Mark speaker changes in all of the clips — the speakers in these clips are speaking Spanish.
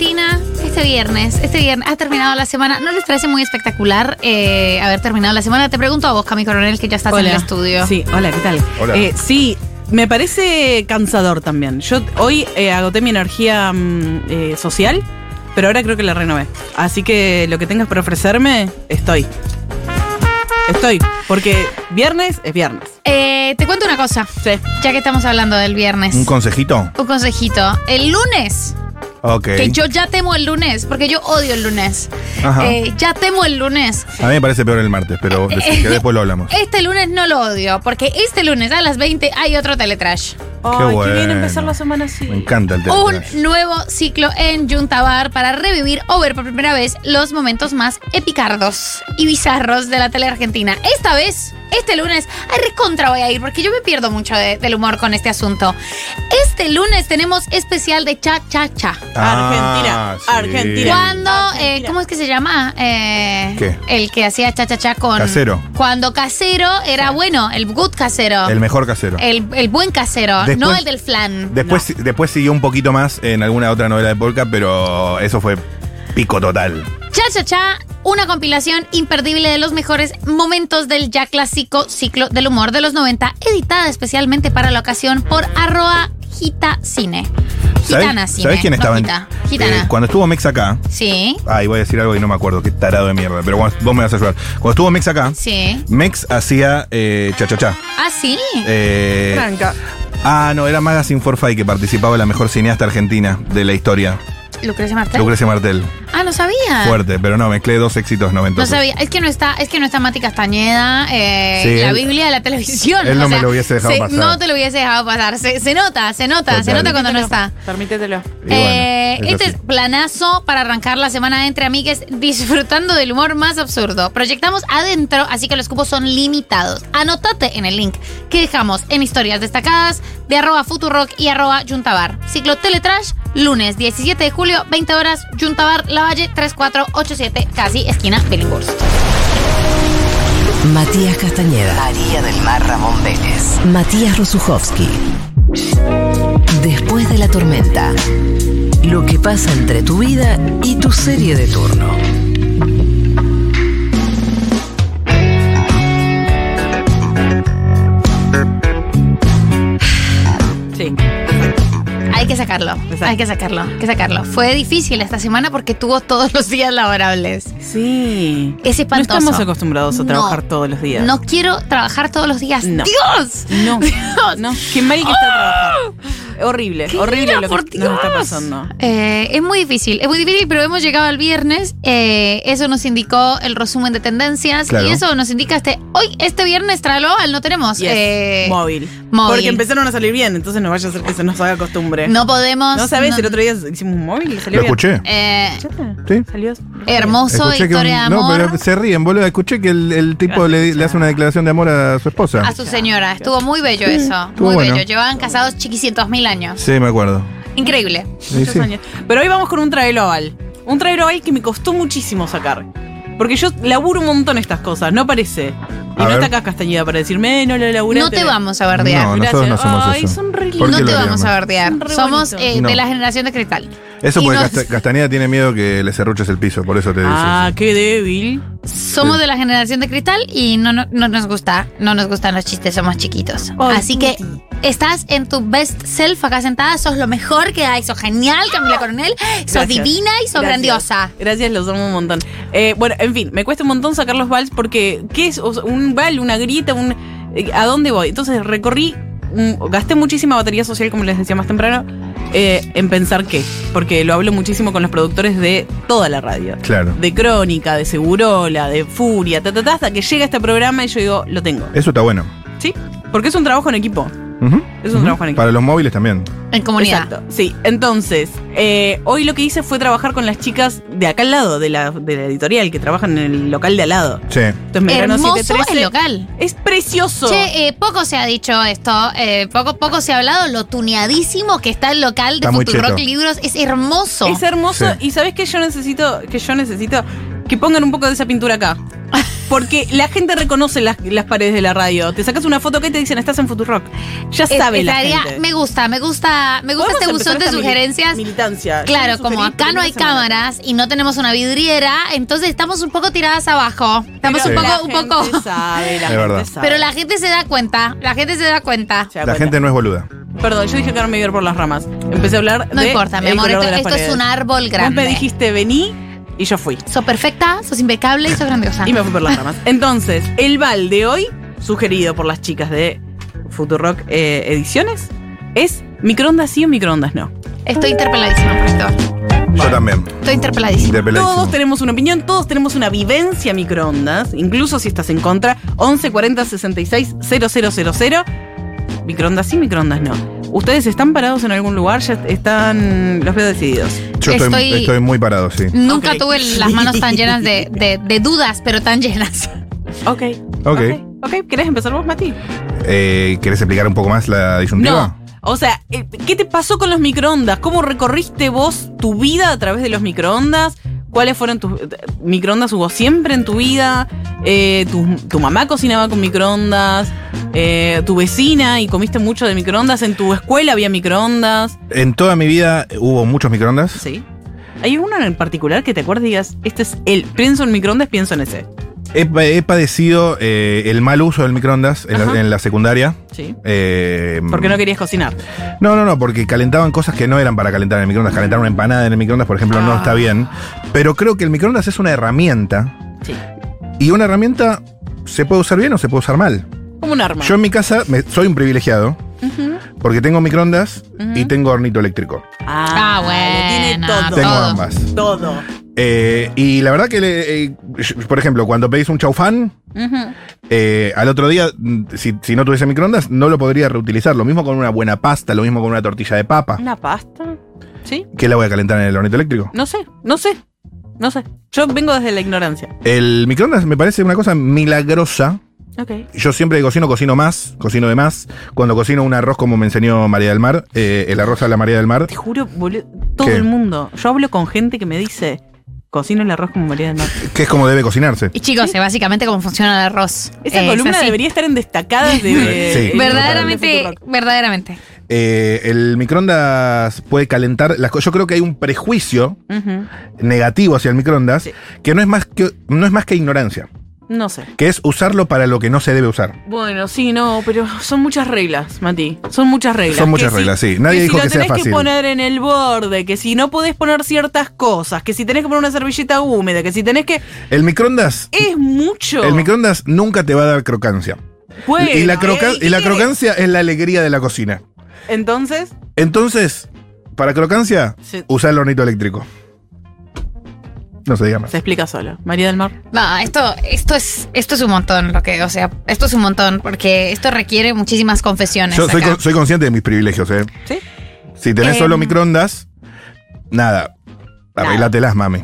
Speaker 1: eh, este viernes. Has terminado la semana. ¿No les parece muy espectacular eh, haber terminado la semana? Te pregunto a vos, Cami Coronel, que ya estás en el estudio.
Speaker 2: Sí, hola, ¿qué tal?
Speaker 3: Hola.
Speaker 2: Eh, sí, me parece cansador también. Yo hoy eh, agoté mi energía mm, eh, social, pero ahora creo que la renové. Así que lo que tengas para ofrecerme, estoy. Estoy, porque viernes es viernes.
Speaker 1: Eh, te cuento una cosa,
Speaker 2: Sí.
Speaker 1: ya que estamos hablando del viernes.
Speaker 3: ¿Un consejito?
Speaker 1: Un consejito. El lunes,
Speaker 3: Ok.
Speaker 1: que yo ya temo el lunes, porque yo odio el lunes.
Speaker 3: Ajá.
Speaker 1: Eh, ya temo el lunes.
Speaker 3: A mí me parece peor el martes, pero vos decís que después lo hablamos.
Speaker 1: Este lunes no lo odio, porque este lunes a las 20 hay otro teletrash.
Speaker 2: Ay, qué bien
Speaker 3: bueno.
Speaker 2: empezar la semana así.
Speaker 3: Me encanta el tema.
Speaker 1: Un nuevo ciclo en Juntabar para revivir o ver por primera vez los momentos más epicardos y bizarros de la tele argentina. Esta vez, este lunes, ay, recontra voy a ir porque yo me pierdo mucho de- del humor con este asunto. Este lunes tenemos especial de Cha Cha Cha.
Speaker 3: Ah,
Speaker 2: Argentina, Argentina.
Speaker 1: Cuando, eh, ¿cómo es que se llama? Eh,
Speaker 3: ¿Qué?
Speaker 1: El que hacía Cha Cha Cha con...
Speaker 3: Casero.
Speaker 1: Cuando Casero era bueno, el good casero.
Speaker 3: El mejor casero.
Speaker 1: El, el buen casero,
Speaker 3: Después-
Speaker 1: no el del flan.
Speaker 3: Después, después siguió un poquito más en alguna otra novela de Polka, pero eso fue pico total.
Speaker 1: Cha Cha Cha, una compilación imperdible de los mejores momentos del ya clásico ciclo del humor de los 90, editada especialmente para la ocasión por arroa Gita Cine.
Speaker 3: ¿Sabés-
Speaker 1: Gitana Cine.
Speaker 3: ¿Sabés quién
Speaker 1: no
Speaker 3: estaba en-
Speaker 1: Gita, gitana.
Speaker 3: eh, cuando estuvo Mex acá.
Speaker 1: sí,
Speaker 3: Ay, voy a decir algo y no me acuerdo, qué tarado de mierda, pero vos, vos me vas a ayudar. Cuando estuvo Mex acá,
Speaker 1: sí.
Speaker 3: Mex hacía eh, cha cha cha.
Speaker 1: Ah, sí.
Speaker 3: Eh,
Speaker 2: Tranca.
Speaker 3: ah, no, era Magazine for Fight que participaba la mejor cineasta argentina de la historia,
Speaker 1: Lucrecia Martel.
Speaker 3: Lucrecia Martel.
Speaker 1: ah, no sabía.
Speaker 3: Fuerte, pero no, mezclé dos éxitos
Speaker 1: No
Speaker 3: noventosos.
Speaker 1: sabía, es que no está, es que no está Mati Castañeda, eh,
Speaker 3: Sí,
Speaker 1: la
Speaker 3: él-
Speaker 1: Biblia de la televisión.
Speaker 3: él
Speaker 1: o
Speaker 3: no
Speaker 1: sea,
Speaker 3: me lo hubiese dejado
Speaker 1: se-
Speaker 3: pasar.
Speaker 1: No te lo hubiese dejado pasar. Se, se nota, se nota, se
Speaker 3: Total.
Speaker 1: nota cuando no está.
Speaker 2: Permítetelo.
Speaker 3: Y bueno,
Speaker 1: Eh,
Speaker 3: es
Speaker 1: este
Speaker 3: así.
Speaker 1: es planazo para arrancar la semana entre amigues disfrutando del humor más absurdo. Proyectamos adentro, así que los cupos son limitados. Anotate en el link que dejamos en historias destacadas de arroba futurock y arroba yuntabar. Ciclo Teletrash, lunes 17 de julio, 20 horas, yuntabar, La Valle 3487, casi esquina Billinghurst.
Speaker 4: Matías Castañeda.
Speaker 5: María del Mar Ramón Vélez.
Speaker 4: Matías Rosuchowski. Después de la tormenta. Lo que pasa entre tu vida y tu serie de turno.
Speaker 2: Sí.
Speaker 1: Hay que sacarlo,
Speaker 2: Exacto.
Speaker 1: hay que sacarlo, hay que sacarlo. Fue difícil esta semana porque tuvo todos los días laborables.
Speaker 2: Sí.
Speaker 1: Es
Speaker 2: No
Speaker 1: espantoso.
Speaker 2: estamos acostumbrados a
Speaker 1: No.
Speaker 2: trabajar todos los días.
Speaker 1: No quiero trabajar todos los días.
Speaker 2: No.
Speaker 1: ¡Dios!
Speaker 2: No,
Speaker 1: Dios.
Speaker 2: no, qué mal que está trabajando. ¡Ah! Horrible,
Speaker 1: ¡Qué
Speaker 2: horrible
Speaker 1: ira,
Speaker 2: lo que
Speaker 1: por
Speaker 2: nos está
Speaker 1: Dios!
Speaker 2: pasando.
Speaker 1: Eh, es muy difícil, es muy difícil, pero hemos llegado al viernes. eh, eso nos indicó el resumen de tendencias
Speaker 3: Claro.
Speaker 1: y eso nos indica este hoy, este viernes tráelo al no tenemos.
Speaker 2: Yes,
Speaker 1: eh,
Speaker 2: móvil.
Speaker 1: móvil.
Speaker 2: Porque empezaron a salir bien, entonces no vaya a ser que se nos haga costumbre.
Speaker 1: no podemos.
Speaker 2: ¿No sabes,
Speaker 1: no-
Speaker 2: el otro día hicimos un móvil y salió
Speaker 3: ¿Lo
Speaker 2: bien.
Speaker 3: escuché?
Speaker 1: eh,
Speaker 2: Escuchaste,
Speaker 3: Sí.
Speaker 2: Salió.
Speaker 1: hermoso,
Speaker 3: Escuché que un-
Speaker 1: historia de
Speaker 3: no,
Speaker 1: amor.
Speaker 3: pero se ríen, boludo. Escuché que el, el tipo le, le hace una declaración de amor a su esposa.
Speaker 1: a su señora, estuvo muy bello eso,
Speaker 3: estuvo
Speaker 1: muy
Speaker 3: bueno.
Speaker 1: bello. Llevaban casados chiquicientos mil años.
Speaker 3: Sí, me acuerdo.
Speaker 1: Increíble.
Speaker 3: Sí,
Speaker 2: Muchos
Speaker 3: sí.
Speaker 2: años. Pero hoy vamos con un trail oval. Un trail oval que me costó muchísimo sacar. Porque yo laburo un montón estas cosas, no parece. Y no
Speaker 3: A ver.
Speaker 2: está acá Castañeda para decirme, "Eh, no lo laburé.
Speaker 1: No te vamos a bardear.
Speaker 3: No, nosotros no hacemos
Speaker 2: Ay,
Speaker 3: eso.
Speaker 2: son re
Speaker 3: ¿Por
Speaker 1: No
Speaker 3: qué
Speaker 1: te
Speaker 3: lo
Speaker 1: vamos
Speaker 3: haríamos?
Speaker 1: a bardear.
Speaker 2: Son re
Speaker 1: Somos
Speaker 2: bonitos.
Speaker 1: eh,
Speaker 3: No.
Speaker 1: de la generación de cristal.
Speaker 3: Eso
Speaker 1: Y
Speaker 3: porque
Speaker 1: nos-
Speaker 3: Casta- Castañeda tiene miedo que le serruches el piso, por eso te dice.
Speaker 2: Ah, qué débil.
Speaker 1: Somos de la generación de cristal y no, no, no nos gusta, no nos gustan los chistes, somos chiquitos.
Speaker 2: Ay,
Speaker 1: Así que estás en tu best self acá sentada, sos lo mejor que hay, sos genial, Camila Coronel, sos
Speaker 2: Ah, Gracias.
Speaker 1: divina y sos
Speaker 2: Gracias.
Speaker 1: grandiosa.
Speaker 2: Gracias, los amo un montón. Eh, bueno, en fin, me cuesta un montón sacar los vals porque, ¿qué es? O sea, un val, una grita, un... eh, ¿A dónde voy? Entonces recorrí, mm, gasté muchísima batería social, como les decía más temprano, eh, en pensar qué, porque lo hablo muchísimo con los productores de toda la radio.
Speaker 3: Claro.
Speaker 2: De Crónica, de Segurola, de Furia, ta, ta, ta, hasta que llega este programa y yo digo, lo tengo.
Speaker 3: Eso está bueno.
Speaker 2: ¿Sí? Porque es un trabajo en equipo.
Speaker 3: Ujú.
Speaker 2: Es un
Speaker 3: Ujú.
Speaker 2: trabajo en equipo.
Speaker 3: Para los móviles también.
Speaker 1: En comunidad.
Speaker 2: Exacto, sí. Entonces, eh, hoy lo que hice fue trabajar con las chicas de acá al lado, de la, de la editorial, que trabajan en el local de al lado.
Speaker 3: Sí.
Speaker 2: Entonces, Belgrano
Speaker 1: Hermoso
Speaker 2: 713.
Speaker 1: el local.
Speaker 2: Es precioso.
Speaker 1: Che, eh, poco se ha dicho esto, eh, poco, poco se ha hablado lo tuneadísimo que está el local de
Speaker 3: Está muy
Speaker 1: Futurock
Speaker 3: cheto.
Speaker 1: Libros, es hermoso.
Speaker 2: es hermoso.
Speaker 3: Sí.
Speaker 2: Y sabes que yo necesito, que yo necesito que pongan un poco de esa pintura acá. Porque la gente reconoce las, las paredes de la radio. Te sacas una foto que te dicen, estás en Futurock. Ya
Speaker 1: Es-
Speaker 2: sabe la
Speaker 1: estaría-
Speaker 2: gente.
Speaker 1: Me gusta, me gusta, me gusta
Speaker 2: Podemos
Speaker 1: este
Speaker 2: empezar
Speaker 1: buzón de
Speaker 2: esta mili-
Speaker 1: sugerencias.
Speaker 2: Militancia.
Speaker 1: Claro,
Speaker 2: Yo
Speaker 1: como
Speaker 2: sugerí
Speaker 1: acá no hay
Speaker 2: primera semana.
Speaker 1: cámaras y no tenemos una vidriera, entonces estamos un poco tiradas abajo. Estamos
Speaker 2: Pero
Speaker 1: un
Speaker 2: la
Speaker 1: poco, un
Speaker 2: gente
Speaker 1: poco.
Speaker 2: sabe, la
Speaker 3: Es
Speaker 2: gente
Speaker 3: verdad.
Speaker 2: sabe.
Speaker 1: Pero la gente se da cuenta, la gente se da cuenta.
Speaker 2: Se da
Speaker 3: La
Speaker 2: cuenta.
Speaker 3: gente no es boluda.
Speaker 2: Perdón, yo dije que no me iba a ir por las ramas. Empecé a hablar
Speaker 1: No
Speaker 2: de
Speaker 1: importa, mi
Speaker 2: el
Speaker 1: amor,
Speaker 2: color
Speaker 1: esto,
Speaker 2: de las
Speaker 1: esto es
Speaker 2: paredes.
Speaker 1: un árbol grande.
Speaker 2: Vos me dijiste vení y yo fui.
Speaker 1: Sos perfecta, sos impecable y sos grandiosa.
Speaker 2: Y me fui por las ramas. Entonces, el bal de hoy, sugerido por las chicas de Futurock eh, Ediciones, es microondas sí o microondas no.
Speaker 1: Estoy interpeladísima por esto.
Speaker 3: Yo también.
Speaker 1: Estoy interpeladísima.
Speaker 3: Interpeladísimo.
Speaker 2: Todos tenemos una opinión, todos tenemos una vivencia microondas, incluso si estás en contra, 11 40 66 000. Microondas sí, microondas no. ¿Ustedes están parados en algún lugar? Ya están. Los veo decididos.
Speaker 3: Yo estoy,
Speaker 1: Estoy-
Speaker 3: estoy muy parado, sí.
Speaker 1: Nunca
Speaker 2: Ok.
Speaker 1: tuve las manos tan llenas de, de- de dudas, pero tan llenas.
Speaker 2: Ok.
Speaker 3: Ok.
Speaker 2: Ok. ¿Querés empezar vos, Mati?
Speaker 3: Eh, ¿Querés explicar un poco más la disyuntiva?
Speaker 2: No. O sea, eh, ¿qué te pasó con los microondas? ¿Cómo recorriste vos tu vida a través de los microondas? ¿Cuáles fueron tus eh, microondas hubo siempre en tu vida? Eh, tu, tu mamá cocinaba con microondas, Eh, tu vecina y comiste mucho de microondas, en tu escuela había microondas.
Speaker 3: En toda mi vida hubo muchos microondas.
Speaker 2: Sí. ¿Hay uno en particular que te acuerdes y digas, este es el, pienso en microondas, pienso en ese?
Speaker 3: He, pa- he padecido eh, el mal uso del microondas en
Speaker 2: Ajá.
Speaker 3: la, en la secundaria.
Speaker 2: Sí.
Speaker 3: Eh,
Speaker 2: Porque no querías cocinar.
Speaker 3: No, no, no, porque calentaban cosas que no eran para calentar en el microondas. Calentar una empanada en el microondas, por ejemplo, no
Speaker 2: Ah.
Speaker 3: está bien. Pero creo que el microondas es una herramienta.
Speaker 2: Sí.
Speaker 3: Y una herramienta se puede usar bien o se puede usar mal.
Speaker 2: Como un arma.
Speaker 3: Yo en mi casa me- soy un privilegiado
Speaker 2: Ujú.
Speaker 3: porque tengo microondas
Speaker 2: Ujú.
Speaker 3: y tengo hornito eléctrico.
Speaker 1: Ah,
Speaker 2: lo
Speaker 1: bueno.
Speaker 2: Tiene todo.
Speaker 3: Tengo
Speaker 1: Todo.
Speaker 3: ambas.
Speaker 2: Todo.
Speaker 3: Eh, y la verdad que, le- eh, por ejemplo, cuando pedís un chaufán,
Speaker 2: Ujú.
Speaker 3: Eh, al otro día, mm, si, si no tuviese microondas, no lo podría reutilizar. Lo mismo con una buena pasta, lo mismo con una tortilla de papa.
Speaker 2: ¿Una pasta? ¿Sí?
Speaker 3: ¿Qué la voy a calentar en el hornito eléctrico?
Speaker 2: No sé, no sé, no sé. Yo vengo desde la ignorancia.
Speaker 3: El microondas me parece una cosa milagrosa.
Speaker 2: Ok.
Speaker 3: Yo siempre que cocino, cocino más, cocino de más. Cuando cocino un arroz como me enseñó María del Mar, eh, el arroz a la María del Mar,
Speaker 2: Te juro, boludo, todo
Speaker 3: ¿Qué?
Speaker 2: el mundo. Yo hablo con gente que me dice, cocino el arroz como María del Mar.
Speaker 3: que es como debe cocinarse.
Speaker 1: Y chicos, es básicamente cómo funciona el arroz.
Speaker 2: Esa
Speaker 1: Eh, es
Speaker 2: columna
Speaker 1: así.
Speaker 2: debería estar en destacadas de...
Speaker 3: Sí.
Speaker 2: de- de
Speaker 1: Verdaderamente,
Speaker 2: Futurock.
Speaker 1: verdaderamente.
Speaker 3: Eh, el microondas puede calentar las co- Yo creo que hay un prejuicio
Speaker 2: Ujú.
Speaker 3: negativo hacia el microondas
Speaker 2: Sí.
Speaker 3: que, no es más que no es más que ignorancia,
Speaker 2: No sé.
Speaker 3: que es usarlo para lo que no se debe usar.
Speaker 2: Bueno, sí, no, pero son muchas reglas, Mati. Son muchas reglas.
Speaker 3: Son muchas
Speaker 2: si-
Speaker 3: reglas, sí. Nadie dijo
Speaker 2: si
Speaker 3: que
Speaker 2: lo
Speaker 3: sea
Speaker 2: tenés que
Speaker 3: fácil.
Speaker 2: poner en el borde, que si no podés poner ciertas cosas, que si tenés que poner una servilleta húmeda, que si tenés que...
Speaker 3: El microondas.
Speaker 2: Es mucho.
Speaker 3: El microondas nunca te va a dar crocancia.
Speaker 2: Bueno,
Speaker 3: y la, croca-
Speaker 2: ¿eh?
Speaker 3: y la
Speaker 2: ¿Qué
Speaker 3: crocancia es la alegría de la cocina.
Speaker 2: querés? Entonces...
Speaker 3: Entonces, para crocancia,
Speaker 2: Sí.
Speaker 3: usa el hornito eléctrico. No se diga más.
Speaker 2: Se explica solo. María del Mar.
Speaker 1: No, esto, esto es, esto es un montón, lo que, o sea, esto es un montón, porque esto requiere muchísimas confesiones.
Speaker 3: Yo soy,
Speaker 1: acá.
Speaker 3: con- soy consciente de mis privilegios, ¿eh?
Speaker 2: ¿Sí?
Speaker 3: Si tenés
Speaker 1: Em.
Speaker 3: solo microondas, nada. Arreglatelas, mami.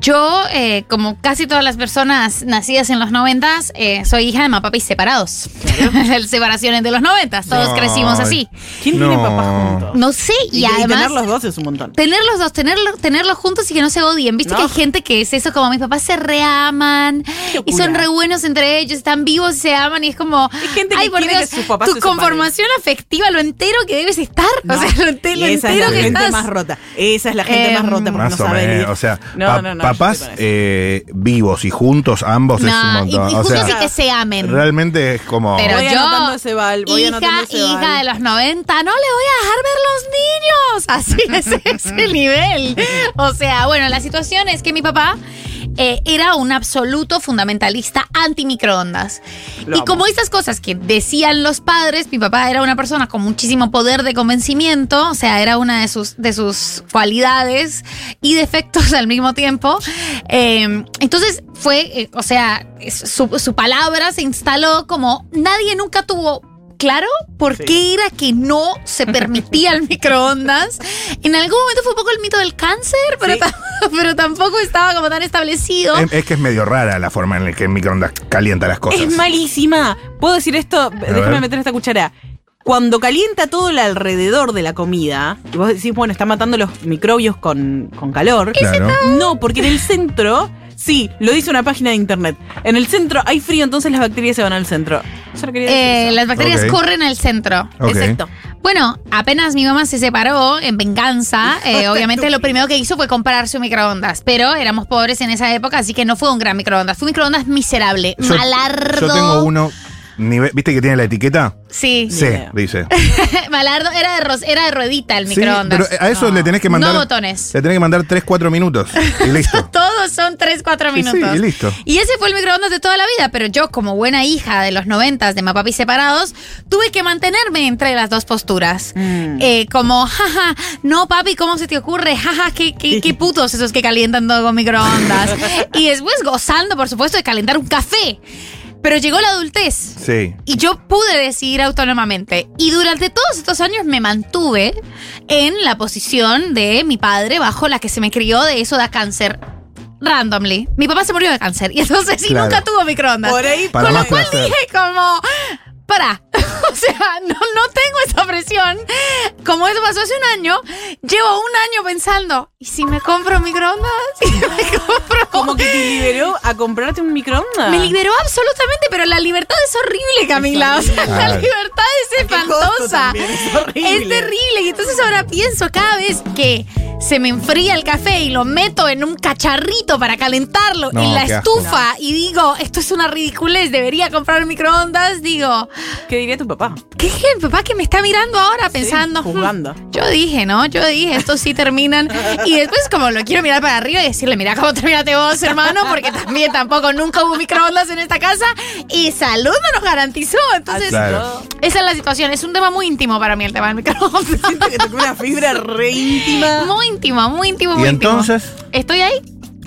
Speaker 1: Yo, eh, como casi todas las personas nacidas en los noventas, eh, soy hija de mamá, papá y separados. Separaciones de los noventas, todos
Speaker 3: Ay.
Speaker 1: crecimos así.
Speaker 2: ¿Quién
Speaker 3: No.
Speaker 2: tiene papás juntos?
Speaker 1: No sé, y,
Speaker 2: que-
Speaker 1: además...
Speaker 2: tener los dos es un montón.
Speaker 1: Tener los dos, tenerlo- tenerlos juntos y que no se odien. Viste
Speaker 2: No.
Speaker 1: que hay gente que es eso, como mis papás se reaman y
Speaker 2: locura.
Speaker 1: son re buenos entre ellos, están vivos y se aman y es como.
Speaker 2: Hay gente que
Speaker 1: Ay, por
Speaker 2: quiere
Speaker 1: Dios,
Speaker 2: que sus papás
Speaker 1: tu
Speaker 2: se separen.
Speaker 1: conformación afectiva, lo entero que debes estar.
Speaker 2: No.
Speaker 1: O sea, lo, ente- lo
Speaker 2: Y esa es
Speaker 1: entero
Speaker 2: la
Speaker 1: que
Speaker 2: gente
Speaker 1: estás.
Speaker 2: más rota. Esa es la gente
Speaker 1: Em,
Speaker 2: más rota porque
Speaker 3: Más
Speaker 2: no
Speaker 3: o
Speaker 2: sabe
Speaker 3: menos.
Speaker 2: lidiar.
Speaker 3: O sea,
Speaker 2: No,
Speaker 3: pa-
Speaker 2: no, no, yo
Speaker 3: papás
Speaker 2: estoy con eso.
Speaker 3: eh, vivos y juntos, ambos es un
Speaker 1: No, y,
Speaker 3: montón.
Speaker 1: y
Speaker 3: o
Speaker 1: justo
Speaker 3: sea,
Speaker 1: sí que se amen.
Speaker 3: realmente es como.
Speaker 1: Pero
Speaker 2: Voy
Speaker 1: yo,
Speaker 2: anotando ese bal, voy
Speaker 1: hija,
Speaker 2: anotando ese
Speaker 1: hija
Speaker 2: bal.
Speaker 1: de los 90, no le voy a dejar ver los niños. Así es ese nivel. O sea, bueno, la situación es que mi papá eh, era un absoluto fundamentalista antimicroondas.
Speaker 2: Lo
Speaker 1: y
Speaker 2: amo.
Speaker 1: como estas cosas que decían los padres, mi papá era una persona con muchísimo poder de convencimiento, o sea, era una de sus, de sus cualidades y defectos al mismo tiempo. Eh, entonces fue, eh, o sea, es- su, su palabra se instaló como nadie nunca tuvo claro por
Speaker 2: Sí.
Speaker 1: qué era que no se permitía el microondas. En algún momento fue un poco el mito del cáncer, pero,
Speaker 2: Sí.
Speaker 1: tam- pero tampoco estaba como tan establecido.
Speaker 3: Es, es que es medio rara la forma en la que el microondas calienta las cosas.
Speaker 2: Es malísima. Puedo decir esto, déjame
Speaker 3: ver.
Speaker 2: meter esta cuchara. Cuando calienta todo el alrededor de la comida, y vos decís, bueno, está matando los microbios con, con calor.
Speaker 3: Claro.
Speaker 2: No, porque en el centro Sí, lo dice una página de internet. En el centro hay frío, entonces las bacterias se van al centro. Solo quería decir
Speaker 1: Eh,
Speaker 2: eso.
Speaker 1: las bacterias
Speaker 3: Ok.
Speaker 1: corren al centro.
Speaker 3: Ok.
Speaker 2: Exacto.
Speaker 1: Bueno, apenas mi mamá se separó en venganza, eh, obviamente lo primero que hizo fue comprarse un microondas, pero éramos pobres en esa época, así que no fue un gran microondas, fue un microondas miserable,
Speaker 3: Yo-
Speaker 1: malardo.
Speaker 3: Yo tengo uno. nive- ¿Viste que tiene la etiqueta?
Speaker 1: Sí,
Speaker 3: C,
Speaker 2: idea.
Speaker 3: dice.
Speaker 1: malardo, era de, ros- era de ruedita el
Speaker 3: Sí, pero
Speaker 1: microondas.
Speaker 3: a eso le tenés que mandar.
Speaker 1: No botones.
Speaker 3: Le tenés que mandar 3, 4 minutos. Y listo.
Speaker 1: Todos son 3, 4
Speaker 3: Sí, sí,
Speaker 1: minutos.
Speaker 3: y listo.
Speaker 1: Y ese fue el microondas de toda la vida, pero yo, como buena hija de los noventas de Mapapis separados, tuve que mantenerme entre las dos posturas.
Speaker 2: Mm.
Speaker 1: Eh, como, jaja, no papi, ¿cómo se te ocurre? Jaja, qué, qué, qué putos esos que calientan todo con microondas. y después gozando, por supuesto, de calentar un café. Pero llegó la adultez.
Speaker 3: Sí.
Speaker 1: Y yo pude decidir autónomamente. Y durante todos estos años me mantuve en la posición de mi padre bajo la que se me crió de eso da cáncer. Randomly. Mi papá se murió de cáncer. Y entonces sí,
Speaker 3: Claro.
Speaker 1: nunca tuvo microondas.
Speaker 2: Por ahí,
Speaker 3: Para
Speaker 2: por
Speaker 3: más
Speaker 2: ahí.
Speaker 1: Cual
Speaker 3: placer.
Speaker 1: dije como, para, o sea, no, no tengo esa presión. Como eso pasó hace un año, llevo un año pensando, ¿y si me compro microondas? ¿Y si me compro?
Speaker 2: como que te liberó a comprarte un microondas.
Speaker 1: Me liberó absolutamente, pero la libertad es horrible, Camila. O sea, la
Speaker 3: Claro.
Speaker 1: libertad es
Speaker 2: costo
Speaker 1: espantosa.
Speaker 2: también, es horrible.
Speaker 1: Es terrible. Y entonces ahora pienso cada vez que se me enfría el café y lo meto en un cacharrito para calentarlo
Speaker 3: No,
Speaker 1: en la
Speaker 3: qué asco.
Speaker 1: estufa y digo, esto es una ridiculez, debería comprar microondas, digo,
Speaker 2: ¿Qué diría tu papá?
Speaker 1: ¿qué es el papá que me está mirando ahora pensando? "Hmm,
Speaker 2: juzgando.
Speaker 1: Yo dije, ¿no? Yo dije, estos sí terminan. Y después como lo quiero mirar para arriba y decirle, mira cómo terminaste vos, hermano, porque también tampoco nunca hubo microondas en esta casa y salud no nos garantizó. Entonces,
Speaker 3: Ah, Claro.
Speaker 1: esa es la situación. Es un tema muy íntimo para mí el tema del microondas.
Speaker 2: Siento que tocó una fibra re íntima.
Speaker 1: Muy íntimo, muy íntimo, muy
Speaker 3: Y
Speaker 1: íntimo.
Speaker 3: entonces.
Speaker 1: Estoy ahí.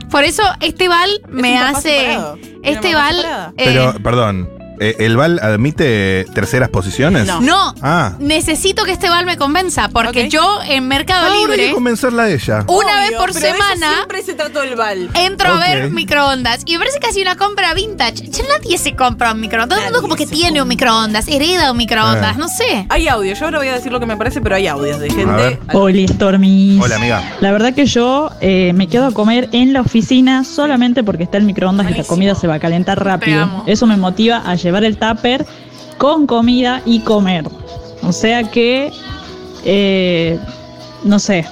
Speaker 1: Por eso este bal me
Speaker 2: un papá
Speaker 1: hace.
Speaker 2: separado.
Speaker 1: Este
Speaker 2: Una mamá
Speaker 1: bal.
Speaker 2: separada.
Speaker 1: eh,
Speaker 3: Pero, perdón. eh, ¿El VAL admite terceras posiciones?
Speaker 2: No.
Speaker 1: no.
Speaker 3: Ah.
Speaker 1: Necesito que este bal me convenza. Porque
Speaker 2: Ok.
Speaker 1: yo en Mercado
Speaker 3: Ahora hay
Speaker 1: Libre,
Speaker 3: que convencerla a ella.
Speaker 1: una
Speaker 2: Obvio,
Speaker 1: vez por
Speaker 2: pero de eso
Speaker 1: semana,
Speaker 2: Siempre se trató el bal.
Speaker 1: entro
Speaker 3: Ok.
Speaker 1: a ver microondas. Y me parece casi una compra vintage. Ya nadie se compra un microondas. Todo el mundo
Speaker 2: Nadie
Speaker 1: como que
Speaker 2: se
Speaker 1: tiene un microondas, hereda un microondas,
Speaker 3: Ah.
Speaker 1: no sé.
Speaker 2: Hay audio, yo ahora voy a decir lo que me parece, pero hay audios de gente.
Speaker 3: ver.
Speaker 6: Hola Stormy.
Speaker 3: Hola, amiga.
Speaker 6: La verdad que yo eh, me quedo a comer en la oficina solamente porque está el microondas y la comida se va a calentar
Speaker 1: Te
Speaker 6: rápido.
Speaker 1: amo.
Speaker 6: Eso me motiva a llevar el tupper con comida y comer. O sea que, eh, no sé,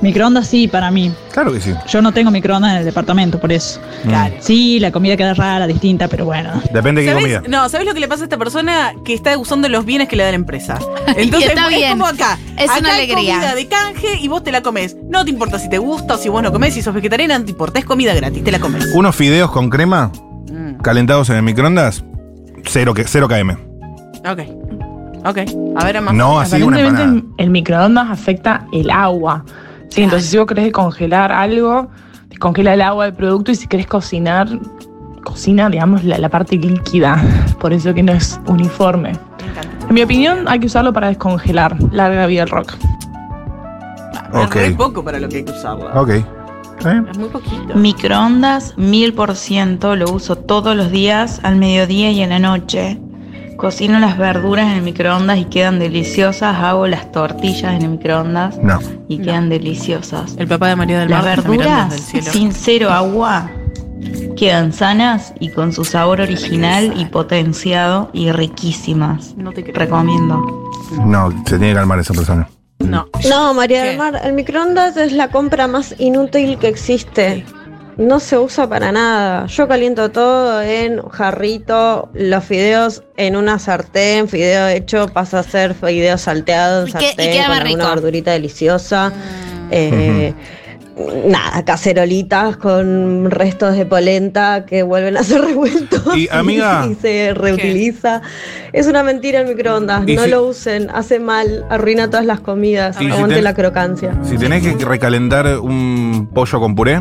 Speaker 6: microondas sí para mí.
Speaker 3: Claro que sí. Mm.
Speaker 6: Yo no tengo microondas en el departamento, por eso.
Speaker 2: Claro.
Speaker 6: Sí, la comida queda rara, distinta, pero bueno.
Speaker 3: Depende de qué
Speaker 2: ¿Sabés?
Speaker 3: comida.
Speaker 2: No, ¿sabes lo que le pasa a esta persona? Que está usando los bienes que le da la empresa. Entonces,
Speaker 1: está
Speaker 2: es
Speaker 1: bien.
Speaker 2: como acá.
Speaker 1: Es
Speaker 2: Acá
Speaker 1: una
Speaker 2: hay
Speaker 1: alegría.
Speaker 2: comida de canje y vos te la comes. No te importa si te gusta o si vos no comés, si sos vegetariana, no te importa. Es comida gratis, te la comes.
Speaker 3: Unos fideos con crema
Speaker 2: Mm,
Speaker 3: calentados en el microondas, cero, que, cero KM.
Speaker 2: Ok. Ok. A ver, Amanda.
Speaker 3: No así Ah, una
Speaker 7: Aparentemente
Speaker 3: empanada.
Speaker 7: el- el microondas afecta el agua. Sí, entonces si vos querés congelar algo, te congela el agua del producto y si querés cocinar, cocina, digamos, la, la parte líquida. Por eso que no es uniforme. En mi opinión, hay que usarlo para descongelar. Larga vida el rock.
Speaker 3: Ok.
Speaker 2: Es muy poco para lo que hay que usarla.
Speaker 3: Ok. ¿Eh?
Speaker 2: Es muy poquito.
Speaker 8: Microondas, mil por ciento, lo uso todos los días, al mediodía y en la noche. Cocino las verduras en el microondas y quedan deliciosas. Hago las tortillas en el microondas
Speaker 3: No.
Speaker 8: y quedan deliciosas.
Speaker 2: El papá de María del
Speaker 8: Las
Speaker 2: Mar está mirando
Speaker 8: verduras,
Speaker 2: desde el cielo.
Speaker 8: sin cero agua, quedan sanas y con su sabor original y potenciado y riquísimas.
Speaker 2: No te creo.
Speaker 8: Recomiendo.
Speaker 3: No, se tiene que calmar esa persona.
Speaker 2: No.
Speaker 9: No, María
Speaker 2: ¿Qué?
Speaker 9: del Mar, el microondas es la compra más inútil que existe. No se usa para nada. Yo caliento todo en jarrito, los fideos en una sartén, fideo hecho pasa a ser fideo salteado en
Speaker 1: Y que- y
Speaker 9: sartén
Speaker 1: queda
Speaker 9: con
Speaker 1: más
Speaker 9: alguna
Speaker 1: rico. Mm.
Speaker 9: verdurita deliciosa. Eh, Nada, cacerolitas con restos de polenta que vuelven a ser revueltos
Speaker 3: Y, amiga,
Speaker 9: y se reutiliza. Es una mentira el microondas,
Speaker 3: Y
Speaker 9: no
Speaker 3: si-
Speaker 9: lo usen, hace mal, arruina todas las comidas,
Speaker 3: Y si
Speaker 9: aguante
Speaker 3: ten-
Speaker 9: la crocancia.
Speaker 3: Si tenés que recalentar un pollo con puré,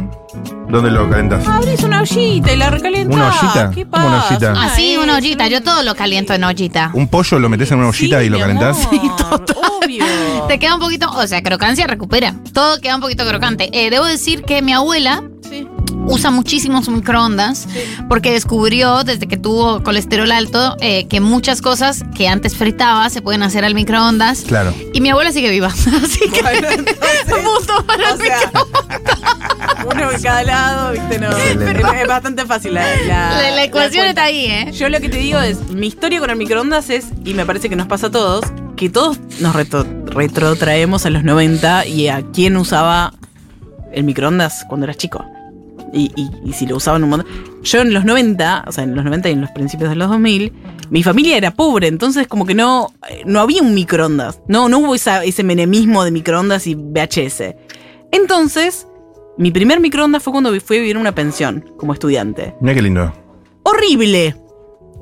Speaker 3: ¿dónde lo calentás?
Speaker 2: Abrís una ollita y la recalentás.
Speaker 3: ¿Una ollita?
Speaker 2: ¿Qué
Speaker 3: ¿Cómo
Speaker 2: pasa?
Speaker 3: una ollita?
Speaker 1: Así,
Speaker 2: es,
Speaker 1: Ah, una ollita. Yo todo lo caliento en ollita.
Speaker 3: ¿Un pollo lo metés en una ollita
Speaker 2: Sí,
Speaker 3: y lo
Speaker 2: mi
Speaker 3: calentás?
Speaker 2: amor, Obvio.
Speaker 1: Te queda un poquito, o sea, crocancia recupera. Todo queda un poquito crocante. Eh, debo decir que mi abuela
Speaker 2: Sí.
Speaker 1: usa muchísimo su microondas porque descubrió desde que tuvo colesterol alto eh, que muchas cosas que antes fritaba se pueden hacer al microondas.
Speaker 3: Claro.
Speaker 1: Y mi abuela sigue viva, así que
Speaker 2: Bueno, entonces,
Speaker 1: punto para
Speaker 2: o
Speaker 1: el
Speaker 2: sea,
Speaker 1: microondas.
Speaker 2: uno de cada lado, viste, no.
Speaker 3: Excelente.
Speaker 2: Es, es bastante fácil la, la-
Speaker 1: La, la ecuación
Speaker 2: la
Speaker 1: está
Speaker 2: cuenta.
Speaker 1: ahí, ¿eh?
Speaker 2: Yo lo que te digo es, mi historia con el microondas es, y me parece que nos pasa a todos, que todos nos retro- retrotraemos a los 90 y a quién usaba el microondas cuando eras chico. Y, y- y si lo usaban un montón. Yo en los 90, o sea, en los 90 y en los principios de los 2000, mi familia era pobre, entonces como que no, no había un microondas. No, no hubo esa- ese menemismo de microondas y VHS. Entonces, mi primer microondas fue cuando fui a vivir en una pensión como estudiante.
Speaker 3: Mira qué lindo.
Speaker 2: Horrible.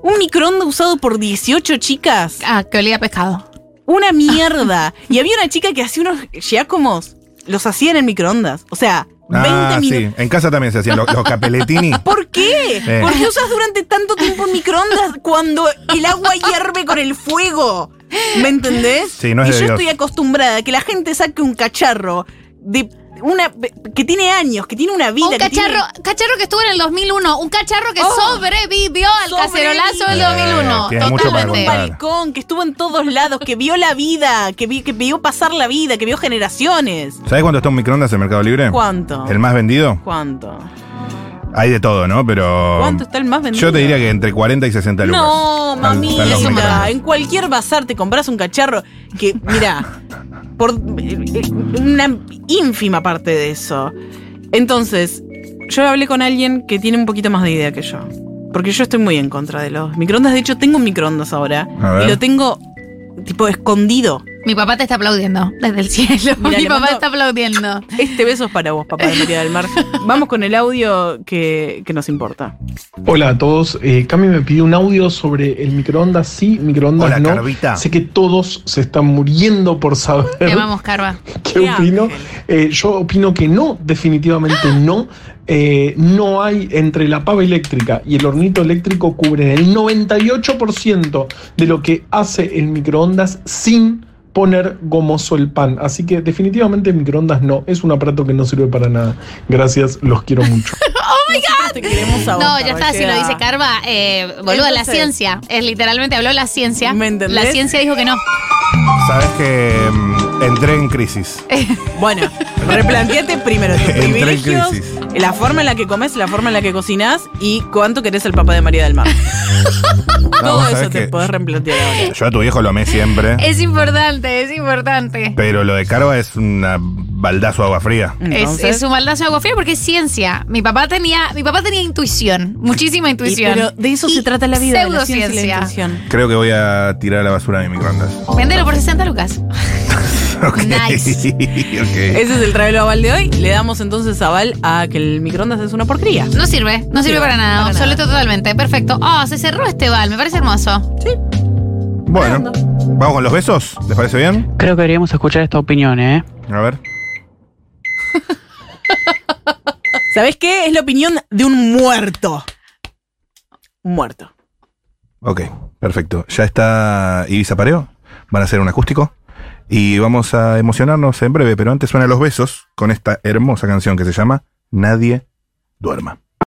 Speaker 2: Un microondas usado por 18 chicas.
Speaker 1: Ah, que olía a pescado.
Speaker 2: Una mierda. y había una chica que hacía unos giacomos. Los hacía en el microondas. O sea, 20
Speaker 3: Ah,
Speaker 2: minutos.
Speaker 3: sí. En casa también se hacían los, los capeletini.
Speaker 2: ¿Por qué?
Speaker 3: Eh.
Speaker 2: ¿Por qué usas durante tanto tiempo un microondas cuando el agua hierve con el fuego? ¿Me entendés?
Speaker 3: Sí, no es
Speaker 2: y
Speaker 3: de
Speaker 2: yo
Speaker 3: Dios.
Speaker 2: estoy acostumbrada a que la gente saque un cacharro de una que tiene años, que tiene una vida.
Speaker 1: un
Speaker 2: que tiene-
Speaker 1: cacharro, cacharro que estuvo en el 2001, un cacharro que
Speaker 2: Oh.
Speaker 1: sobrevivió al
Speaker 2: Sobrevivió.
Speaker 1: cacerolazo del
Speaker 3: Eh,
Speaker 1: 2001.
Speaker 3: tiene mucho para
Speaker 2: un
Speaker 1: Totalmente.
Speaker 3: contar.
Speaker 2: balcón, que estuvo en todos lados, que vio la vida, que, vi- que vio pasar la vida, que vio generaciones.
Speaker 3: ¿Sabes cuánto está un microondas en Mercado Libre?
Speaker 2: ¿Cuánto?
Speaker 3: ¿El más vendido?
Speaker 2: ¿Cuánto?
Speaker 3: Hay de todo, ¿no? Pero.
Speaker 2: ¿Cuánto está el más vendido?
Speaker 3: Oh, Yo te diría que entre 40 y 60 lucas.
Speaker 2: No,
Speaker 3: Están-
Speaker 2: mami,
Speaker 3: están los
Speaker 1: eso me
Speaker 3: microondas.
Speaker 1: da.
Speaker 2: en cualquier bazar te compras un cacharro que, mira, por eh, eh, una ínfima parte de eso. Entonces, yo hablé con alguien que tiene un poquito más de idea que yo. Porque yo estoy muy en contra de los microondas. De hecho, tengo un microondas ahora.
Speaker 3: A ver.
Speaker 2: Y lo tengo, tipo, escondido.
Speaker 1: Mi papá te está aplaudiendo desde el cielo.
Speaker 2: Mira,
Speaker 1: Mi
Speaker 2: le
Speaker 1: papá
Speaker 2: mando-
Speaker 1: está aplaudiendo.
Speaker 2: Este beso es para vos, papá de María del Mar. Vamos con el audio que, que nos importa.
Speaker 10: Hola a todos, eh, Cami me pidió un audio sobre el microondas sí, microondas
Speaker 3: Hola,
Speaker 10: no.
Speaker 3: Carvita.
Speaker 10: Sé que todos se están muriendo por
Speaker 1: Te
Speaker 10: saber
Speaker 1: vamos, Carva.
Speaker 10: qué
Speaker 2: Qué
Speaker 10: opino.
Speaker 2: ángel.
Speaker 10: Eh, yo opino que no, definitivamente no. Eh, no hay entre la pava eléctrica y el hornito eléctrico cubren el 98% de lo que hace el microondas sin poner gomoso el pan. Así que definitivamente microondas no, es un aparato que no sirve para nada. Gracias, los quiero mucho.
Speaker 2: Nosotros te queremos a vos,
Speaker 1: No, ya está, si lo
Speaker 2: caballera.
Speaker 1: dice Carva, eh, boludo, la
Speaker 2: Entonces-
Speaker 1: ciencia. Es literalmente habló la ciencia.
Speaker 2: ¿Me entendés?
Speaker 1: la ciencia dijo que no.
Speaker 3: Sabes que mm, entré en crisis.
Speaker 1: Eh.
Speaker 2: Bueno, replanteate primero tus
Speaker 3: Entré en
Speaker 2: privilegios,
Speaker 3: crisis.
Speaker 2: la forma en la que comes, la forma en la que cocinas y cuánto querés el papá de María del Mar.
Speaker 3: No,
Speaker 2: Todo
Speaker 3: vos
Speaker 2: eso
Speaker 3: sabés
Speaker 2: te
Speaker 3: que
Speaker 2: podés replantear ahora.
Speaker 3: yo a tu viejo lo amé siempre,
Speaker 1: Es importante, es importante.
Speaker 3: pero lo de Carva es una baldazo de agua fría.
Speaker 1: Es,
Speaker 2: Entonces-
Speaker 1: es un baldazo de agua fría porque es ciencia. Mi papá tenía, mi papá tenía intuición, muchísima
Speaker 2: Y-
Speaker 1: intuición.
Speaker 2: pero de eso
Speaker 1: Y
Speaker 2: se trata la vida, de la ciencia y la
Speaker 1: pseudociencia.
Speaker 2: intuición.
Speaker 3: Creo que voy a tirar a la basura mi microondas.
Speaker 1: Véndelo por 60 lucas.
Speaker 3: Ok,
Speaker 1: Nice.
Speaker 3: ok.
Speaker 2: Ese es el trabelo aval de hoy. Le damos entonces aval a que el microondas es una porquería.
Speaker 1: No sirve, no, sirve,
Speaker 2: sirve,
Speaker 1: para nada.
Speaker 2: para nada.
Speaker 1: obsoleto totalmente. Perfecto. Oh, se cerró este bal, me parece hermoso.
Speaker 3: Bueno, vamos con los besos. ¿Les parece bien?
Speaker 11: Creo que deberíamos escuchar esta opinión, ¿eh?
Speaker 3: A ver.
Speaker 2: ¿Sabés qué? Es la opinión de un muerto. Un Muerto.
Speaker 3: Ok, perfecto. Ya está Ibiza Pareo. Van a hacer un acústico. Y vamos a emocionarnos en breve, pero antes suena los besos con esta hermosa canción que se llama Nadie duerma.